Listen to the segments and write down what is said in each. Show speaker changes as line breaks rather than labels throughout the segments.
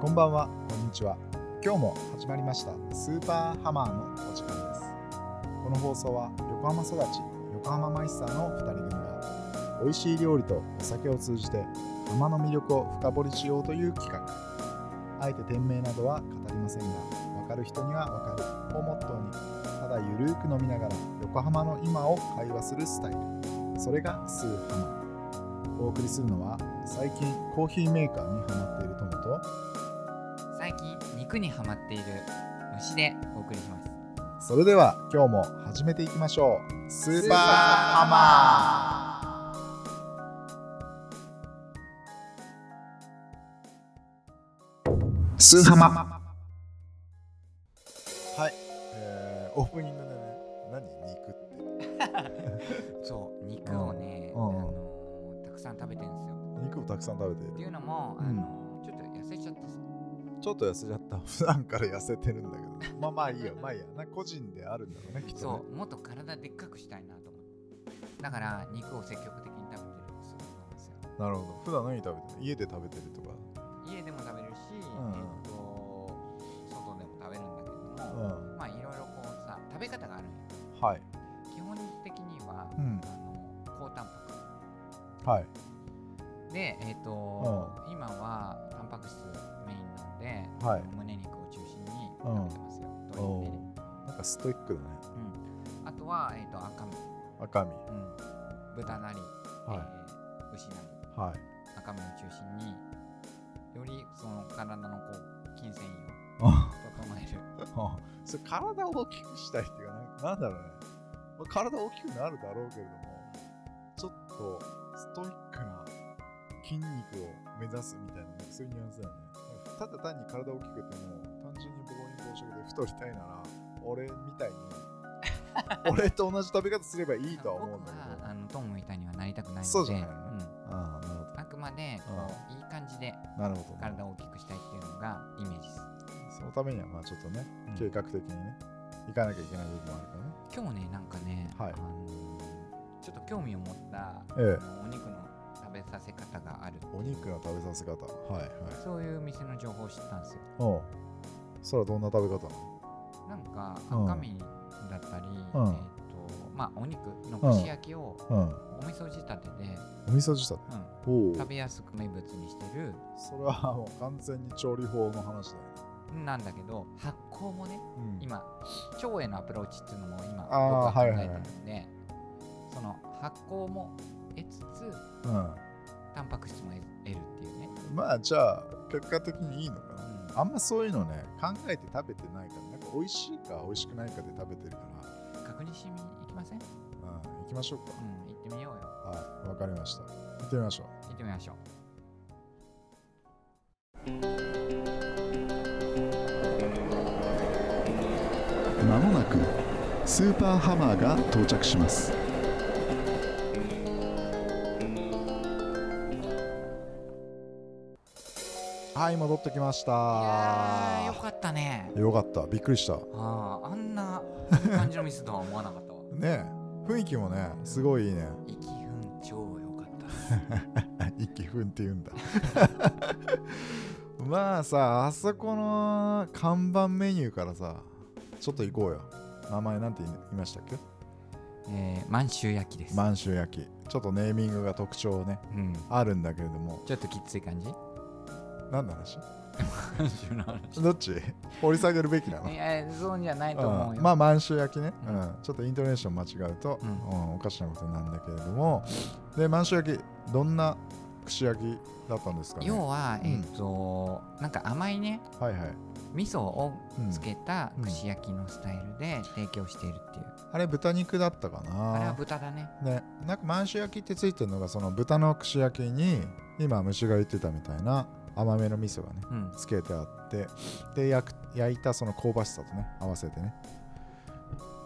こんばんは、こんにちは。今日も始まりましたスーパーハマーのお時間です。この放送は横浜育ち、横浜マイスターの2人組が美味しい料理とお酒を通じて浜の魅力を深掘りしようという企画。あえて店名などは語りませんが、わかる人にはわかるをモットーに、ただゆるーく飲みながら横浜の今を会話するスタイル。それがスーハマ。お送りするのは最近コーヒーメーカーにハマっている友と
最近肉にハマっている虫でお送りします
それでは今日も始めていきましょうスーパーハマースーハマはい、えー、オープニングでね何肉って
そう肉をね、
うん
あのーたくさん食べてるんですよ
肉をたくさん食べてい
って
る
いうのも、
うん
あのーちょっと痩せちゃってさ
ちょっと痩せちゃった 普段から痩せてるんだけどまあまあいいよまあいいやな個人であるんだろうねきっとね
そうもっと体でっかくしたいなと思ってだから肉を積極的に食べてるんですよ
なるほど普段何食べてる家で食べてるとか
家でも食べる
ん
し、えっと外でも食べるんだけど
う
も、
ん
まあいろいろこうさ食べ方があるんよ
はい
基本的には、
うん
あの高タンパク
はい
で、えーと今はタンパク質メインなんで、
はい
胸肉を中心に食べてますよ、鶏
お
胸肉
ーなんかストイックだね
うん、あとは、えー、と赤身、
赤身
うん、豚なり、
は
えー牛なり
いはい
赤身を中心によりその体のこう筋繊維を
あ
整える
あ それ体を大きくしたいっていうかなんなんだろうね、まあ体大きくなるだろうけれどもちょっとストイックな筋肉を目指すみたいななんかそういうニュアンスだよねなんかただ単に体を大きくても単純に暴飲暴食で太りたいなら俺みたいに俺と同じ食べ方すればいいとは思うんだけど
僕はあのトムみたいにはなりたくないので
そうじゃないよね
うん
ああなる
あくまでこういい感じで
ほどなるほどね、
体を大きくしたいっていうのがイメージです、
そのためにはまあちょっとね
うん
計画的にね行かなきゃいけない部分もあるからね
今日ねなんかね、
はい
あのーちょっと興味を持った、
ええ
あのお肉の食べさせ方がある
お肉の食べさせ方はいはい
そういう店の情報を知ったんですよ
おうそれはどんな食べ方なの
なんか
うん
赤身だったり、
うん
えっ、とまあお肉の串焼きを
うん
お味噌仕立てで、
お味噌仕立て
うん、
おう
食べやすく名物にしてる
それはもう完全に調理法の話だよ、ね
なんだけど発酵もね
うん、
今腸へのアプローチっていうのも今僕
あー
は考
は
え
い
て
はい
る
はい
んで、その発酵も得つつタンパク質も得得るっていうね、
うん、まあじゃあ結果的にいいのか
う
なんあんまそういうのね考えて食べてないからなんか美味しいか美味しくないかで食べてるか
確認しに行きませんうん
ら、うん、行きましょうか、
行ってみようよ
はいわかりました行ってみましょう
行ってみましょう
まもなくスーパーハマーが到着しますはい戻ってきました
いやーよかったね
よかったびっくりした
あああんなあんな感じのミスとは思わなかったわ
ね え雰囲気もねすごいいいね
息ふん超よかった
一気ふんって言うん だまあさあそこの看板メニューからさちょっと行こうよ名前なんて言いましたっけ
えー、満州焼きです、
満州焼きちょっとネーミングが特徴ね
うん
あるんだけれども
ちょっときつい感じ
何の話
満州の話
どっち 掘り下げるべきなの
いやそうじゃないと思う
う
よ、
んまあ満州焼きね、
う
うんんちょっとイントネーション間違うと、
う
うんんおかしなことになるんだけれどもで満州焼きどんな串焼きだったんですかね
要は
う
え
ん
っ、と、なんか甘いね
はいはい、
味噌を
うん
つけた
うん
串焼きのスタイルで提供しているっていう、
あれ豚肉だったか
あれは
な
豚だね
ねなんか満州焼きってついてるのがその豚の串焼きに今虫が言ってたみたいな甘めの味噌がね
うん
つけてあってで焼く焼いたその香ばしさとね合わせてね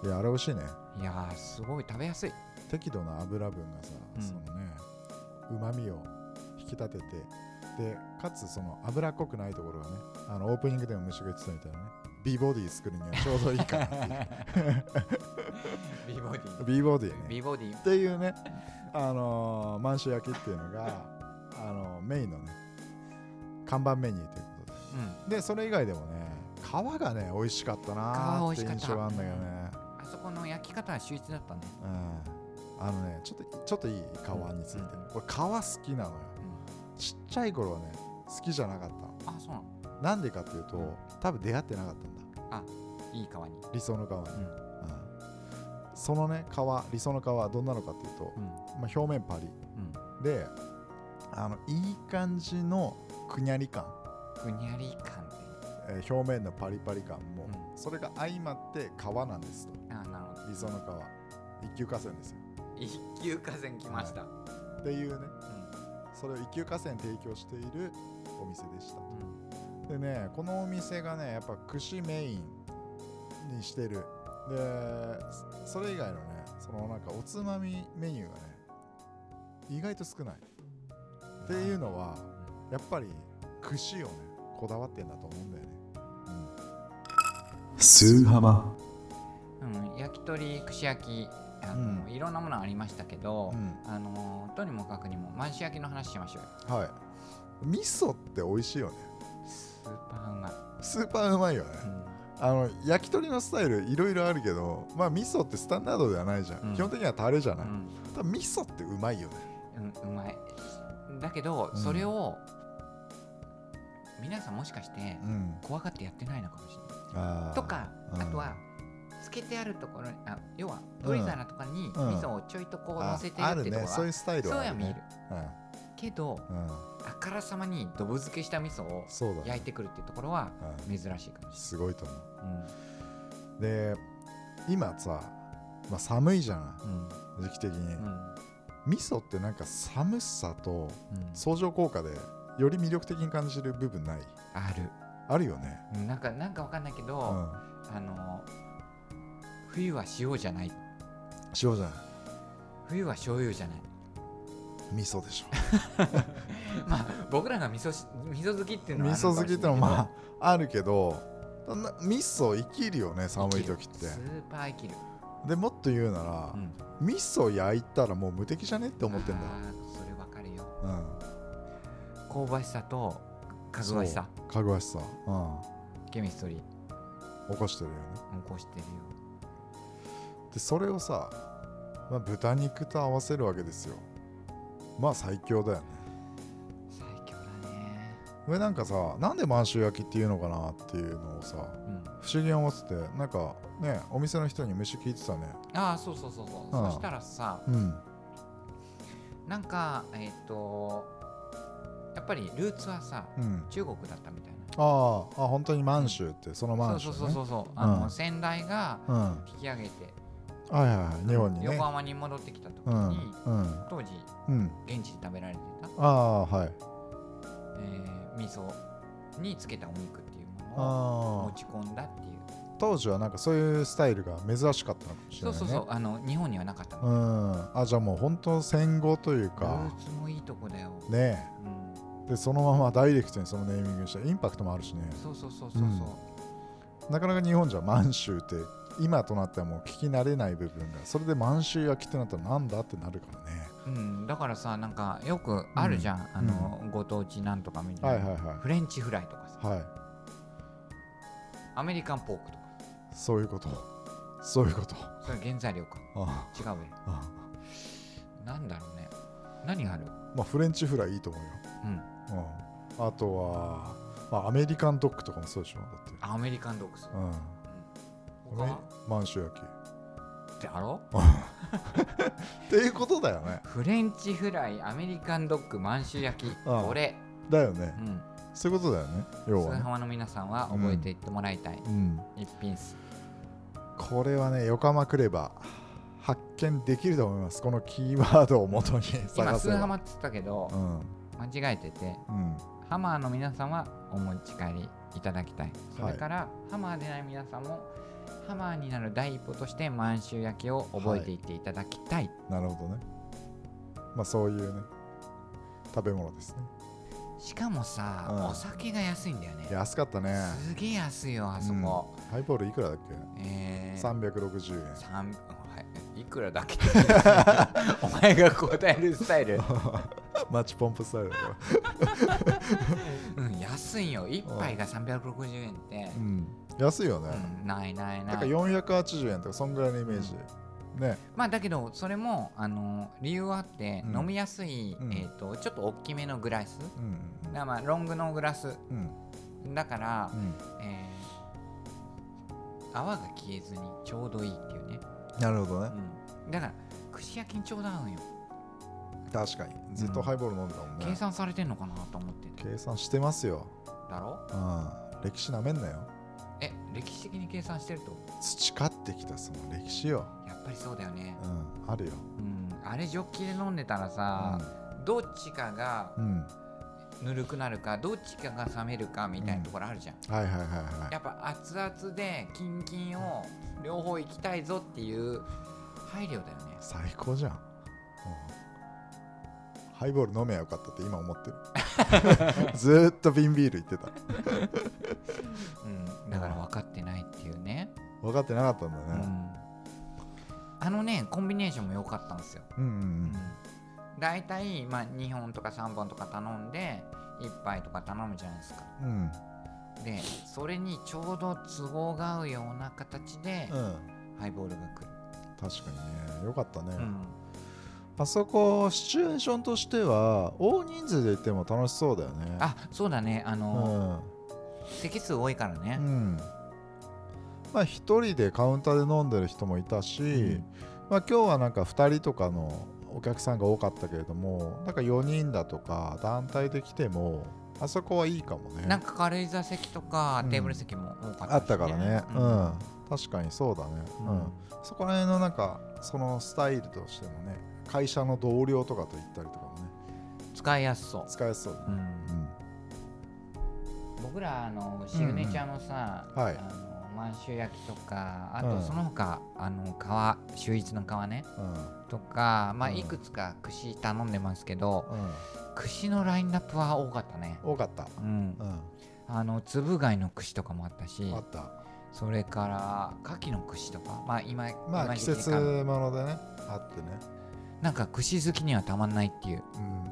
いやあれ美味しいね
いやーすごい食べやすい
適度な油分がさ、
うん
そのねうまみを引き立ててでかつその脂っこくないところがねあのオープニングでも虫が言ってたみたいなね B ボディ作るにはちょうどいいかな っていう
ビーボディ
B ボディね
ビーボディ
っていうねあのー満州焼きっていうのがあのメインのね看板メニューということで
うん
でそれ以外でもね皮がね美味しかったなーって
皮美味し
印
かった
象があるんだけどね、
あそこの焼き方は秀逸だったね、
うん、あのねちょっとちょっといい皮について、
うん
俺皮好きなのよ
うん、
ちっちゃい頃はね好きじゃなかったの
あそうなの
なんでかっていうと多分出会ってなかったんだ
いい皮に
理想の皮に、う
う
ん
ん
そのね皮理想の皮はどんなのかっていうと、
うん
まあ、表面パリ
うん
であのいい感じのくにゃり感、
ぐにゃり感って
えー表面のパリパリ感も、
う
それが相まって皮なんですと
あなるほど
理想の皮一級河川ですよ
一級河川来ました、
っていうね
う
それを一級河川に提供しているお店でした
んうん
でねこのお店がねやっぱ串メインにしてるでそれ以外のねそのなんかおつまみメニューがね意外と少ないっていうのはやっぱり串をねこだわってんだと思うんだよねスーハマ
うん、焼き鳥串焼きあの、
うん
いろんなものありましたけど、
うん
あのとにもかくにも満州焼きの話しましょうよ
はい味噌って美味しいよね
スーパーうまい、
スーパーうまいよね、あの焼き鳥のスタイルいろいろあるけどまあ味噌ってスタンダードではないじゃん、
うん
基本的にはタレじゃない、
うん
多分味噌ってうまいよね
うん、うんうまいだけど、
うん
それを皆さんもしかして
うん
怖がってやってないのかもしれない
あー
とか
うん
あとはつけてあるところにあ要は鶏皿とかに味
うん
噌をちょいとこう乗せてる
ああ
っ
る
てとこ
ね
ろ
そうい
は
うスタイル
そう
はあ
や
る
見える
ね
けど
うんうん
あからさまにどぶ漬けした味噌を
そうだね
焼いてくるってところは
う
珍しいかも
ん
し
すごいと思
れない
で
う
今さ、まあ、寒いじゃな
うん
い時期的に、
うん
味噌ってなんか寒さと
うん
相乗効果でより魅力的に感じる部分ない
ある
あるよね
うんなんかなんかわかんないけ
う
ど、
ん
あの冬は塩じゃない
塩じゃない
冬は醤油じゃない
味噌でしょ
まあ僕らが味噌し味噌好きっていうの
味
は
噌好きってのはま
あ
ああるけどそんな味噌生きるよね寒
るのかもしれない
い時っ
けど
て
スーパー生きる
でもっと言うなら、
うん
味噌焼いたらもう無敵じゃねって思ってんだ
あーそれわかるよ
うん
香ばしさとかぐわしさ
そうかぐわしさ、う
ケミストリー
ん、起こしてるよね
うんこうしてるよ
でそれをさ、まあ、豚肉と合わせるわけですよまあ最強だよね
最強だね
でなんかさなんで満州焼きっていうのかなっていうのをさ
うん
不思議に思っててなんかねお店の人に虫聞いてたね
ああそうそうそうそう
ああ
そしたらさ
うん
なんかえっ、とやっぱりルーツはさ
うん
中国だったみたいな
あーあ本当に満州ってその満州、
そう
ね、
そうそうそうあの、
うん
先代が
うんはい
引き上げて
はいはい日本にね
横浜に戻ってきた時
う
に、
んうん
当時
うん
現地で食べられてた、
ああはい
えー味噌につけたお肉っていうものを
あ
持
あ
ち込んだっていう
当時はなんかそういうスタイルが珍しかったのかもしれないね
そうそうそうあの日本にはなかったの、
うんあじゃあもう本当戦後という
ル
か
ーツもいいとこだよ、
ね
うん、
えでそのままダイレクトにそのネーミングにしたインパクトもあるしね
そうそうそうそうそう、
うんなかなか日本じゃ満州って今となってはもう聞き慣れない部分がそれで満州焼きってなったらなんだってなるからね
うん、だからさなんかよくあるじゃん、あのご当地なんとかみたい
は
な、
いはいは
フレンチフライとかさ
いはい
アメリカンポークとか
そういうことそういうこと
それ原材料か
あ
違うよ
あ
なんだろうね何がある
まあフレンチフライいいと思うよ
うん
うん、あとは、まあ、アメリカンドッグとかもそうでしょだって、
アメリカンドッグス
う
他
ん、アメ
は
満州焼き
ってあろ
っていうことだよね
フレンチフライアメリカンドッグ満州焼き
ああ
これ、
だよね
うん、
そういうことだよね要
砂
はね、
浜の皆さんは覚えていってもらいたい、
うん、
一品っす
これはね横浜来れば発見できると思いますこのキーワードを元に
今
探せ
砂
ば
浜って言ったけど
う、ん
間違えてて
うん
ハマーの皆さんはお持ち帰りいただきたいそれから、ハマーでない皆さんもハマーになる第一歩として満州焼きを覚えていっていただきたい、
なるほどねまあそういうね食べ物ですね
しかもさ、
うん
お酒が安いんだよね
安かったね
すげえ安いよあそこ、
ハイボールいくらだっけ、
えー、
360円
三はいいくらだっけ お前が 答えるスタイル、
マッチポンプスタイルだから
うん、安安いよ1杯が360円って、
うん、安いよね、
うんないない
だ
な
から
い
480円とかそんぐらいのイメージ、ね
まあだけどそれもあの理由はあって、
うん
飲みやすい、
うん
えー、とちょっと大きめのグラスだか
うん
らまあロングのグラス
うん
だから
う、ん、
えー泡が消えずにちょうどいいっていうね、
なるほどね
うん、だから串焼きにちょうど合うんよ
確かにずっとハイボール飲んだもんね、
計算されてんのかなと思ってて
計算してますよ、
だろ
うん、歴史なめんなよ
え歴史的に計算してると
培ってきたその歴史よ、
やっぱりそうだよね、
うん、あるよ、
うん、あれジョッキで飲んでたらさ、どっちかが
うんうん、
ぬるくなるかどっちかが冷めるかみたいなところあるじゃん、
はいはいはいはい
やっぱ熱々でキンキンを両方行きたいぞっていう配慮だよね
最高じゃん、うんハイボール飲めばよかったって今思って るずーっと瓶ビール言ってた
うんだから分かってないっていうね、
分かってなかったんだ
う
ね、
ん、あのねコンビネーションも良かったんですよ、
うん、うん
うん、だいたい、まあ、2本とか3本とか頼んで1杯とか頼むじゃないですか
うんうん
でそれにちょうど都合が合うような形で
うん、
ハイボールが来る、
確かにねよかったね、
うん
あそこシチュエーションとしては大人数で行っても楽しそうだよね
あそうだねあ
う
の、
ん
席数多いからね、
うんまあ、一人でカウンターで飲んでる人もいたし、
ん
まあ、今日はなんか2人とかのお客さんが多かったけれどもなんか4人だとか団体で来てもあそこはいいかもね
なんか軽井沢席とか
うん
テーブル席も多かったし、
あったからね、う
うんん
確かにそうだね、うん
うん
そこら辺のなんかそのスタイルとしてもね会社の同僚とかと行ったりとかもね
使いやすそう、
使えそうだね、
うん僕らあのシグネチャーのさ、
うんうんはい
あの満州焼きとかあ
う
と
ん
その他、あの皮秀逸の皮ね
うんうん
とか、まあ、
うん
いくつか串頼んでますけど、
うん
串のラインナップは多かったね、
多かった、
うん、
う
あの粒貝の串とかもあったし
ん、あった
それから牡蠣の串とかまあ今
まあ
今
季
時期か
節ものでねあってね、
なんか串好きにはたまんないっていう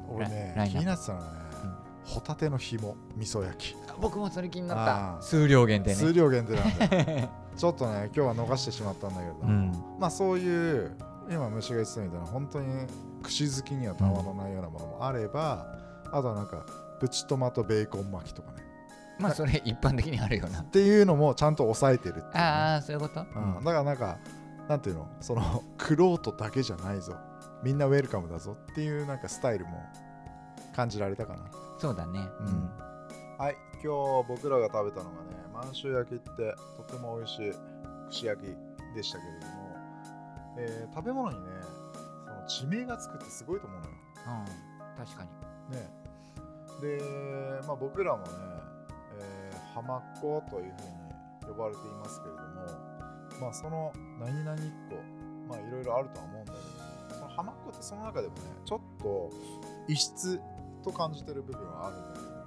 うん、俺ね
ラインナップ
気になってたのはね、ホタテの紐味噌焼き、
僕もそれ気に
あ
な
ー
った数量限定
数
ね
量限定なんだよ ちょっとね今日は逃してしまったんだけれども、
うん
まあそういう今虫が言ってたみたいな本当に串好きにはたまらないようなものもあれば、あとはなんかプチトマトベーコン巻きとかね
まあそれ一般的にあるよな
っていうのもちゃんと抑えてるっていうね、
ああそういうこと、う
うん
ん
だからなんかなんていうのそのクロートだけじゃないぞみんなウェルカムだぞっていうなんかスタイルも感じられたかな
そうだね
う
うんん
はい今日僕らが食べたのがね満州焼きってとても美味しい串焼きでしたけれども、えー食べ物にねその地名がつくってすごいと思うのよ
うん確かに
ねで、まあ、僕らもね、えー、浜っ子というふうに呼ばれていますけれどもまあその何々っ子まあいろいろあるとは思うんだけどもその浜っ子ってその中でもねちょっと異質と感じてる部分はあるんだけれども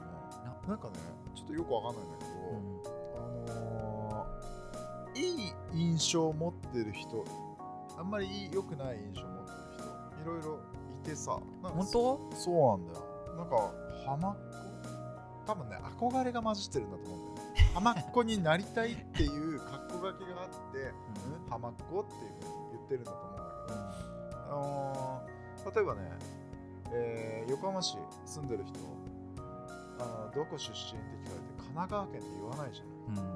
ななんかねちょっとよくわかんないんだけど、あのーいい印象を持ってる人あんまりいい良くない印象を持ってる人いろいろいてさなんか
本当
そうなんだよなんか浜っ子多分ね憧れが混じってるんだと思うんだよね浜っ子になりたいっていう格好書きがあって、うん浜っ子っていうふうに言ってるんだと思うんだけど、あのー例えばね、えー横浜市住んでる人あーどこ出身って聞かれて神奈川県って言わないじゃない
う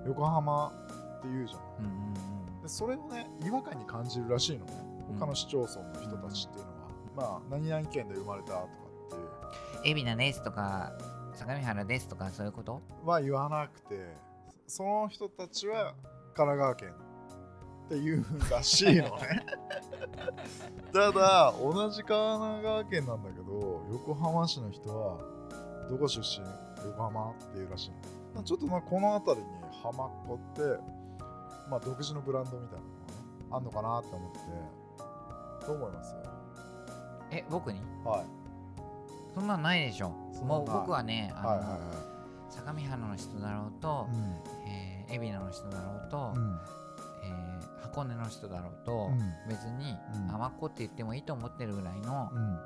んうん
横浜って言うじゃん
うんうん
でそれをね違和感に感じるらしいのね
うん
他の市町村の人たちっていうのは、まあ何々県で生まれたとかっていう
海老名ですとか相模原ですとかそういうこと
は言わなくてそその人たちは神奈川県っていうらしいの ねただ同じ神奈川県なんだけど横浜市の人はどこ出身横浜っていうらしいのちょっとなこの辺りに浜っ子って、まあ、独自のブランドみたいなのがねあんのかなって思ってどう思います
え僕に
はい
そんなんないでしょ
そんなん
も
ないう
僕はねあの、
はいはいは
相模原の人だろうと
い、
えー海老名の人だろうと、
うんうん
えー箱根の人だろうと、
うん
別に
うん
浜っ子って言ってもいいと思ってるぐらいの、
うん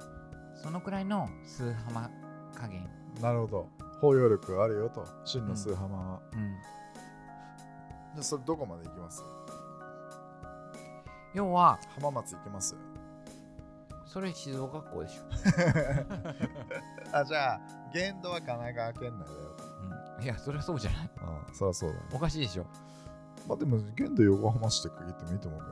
そのくらいの数浜加減
なるほど包容力があるよと真のスーハマーは、
うん、
じゃあそれどこまで行きます
要は
浜松行きます
それ静岡校でしょ、
あじゃあ限度は神奈川県内だよ
うん、いやそりゃそうじゃない
ああそりゃそうだね
おかしいでしょ
まあでも限度横浜市って区切ってもいいと思う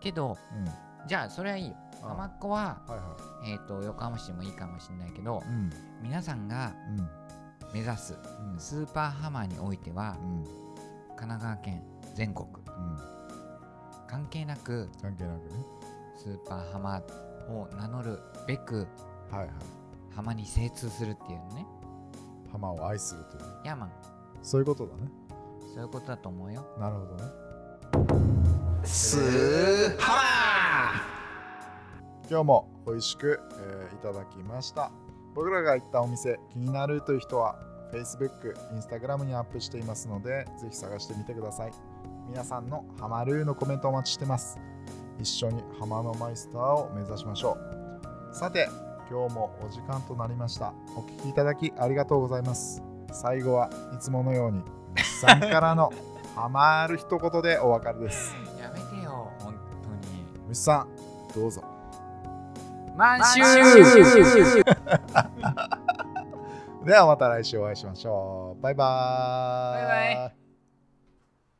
け
けど
どね
じゃあそれはいいよ
うん
浜
あ
っ子は、
はいは
えー、と横浜市でもいいかもしれないけど
いうん
皆さんが
うん
目指す
うん
スーパーハマーにおいては
うん
神奈川県全国
うん
関係なく
関係なくね
スーパーハマーを名乗るべく
はいはい
ハマに精通するっていうのね
浜を愛するという
ヤーマン
そういうことだね
そういうことだと思うよ
なるほどね
スーハ
今日も美味しく、えーいただきました僕らが行ったお店気になるという人は Facebook、Instagram にアップしていますのでぜひ探してみてください皆さんのハマるのコメントお待ちしてます一緒にハマのマイスターを目指しましょうさて今日もお時間となりましたお聞きいただきありがとうございます最後はいつものように日産からのハマる一言でお別れです
ー やめてよ本当に
日産どうぞ
満州
ではまた来週お会いしましょう。バイバーイ。
バイバイ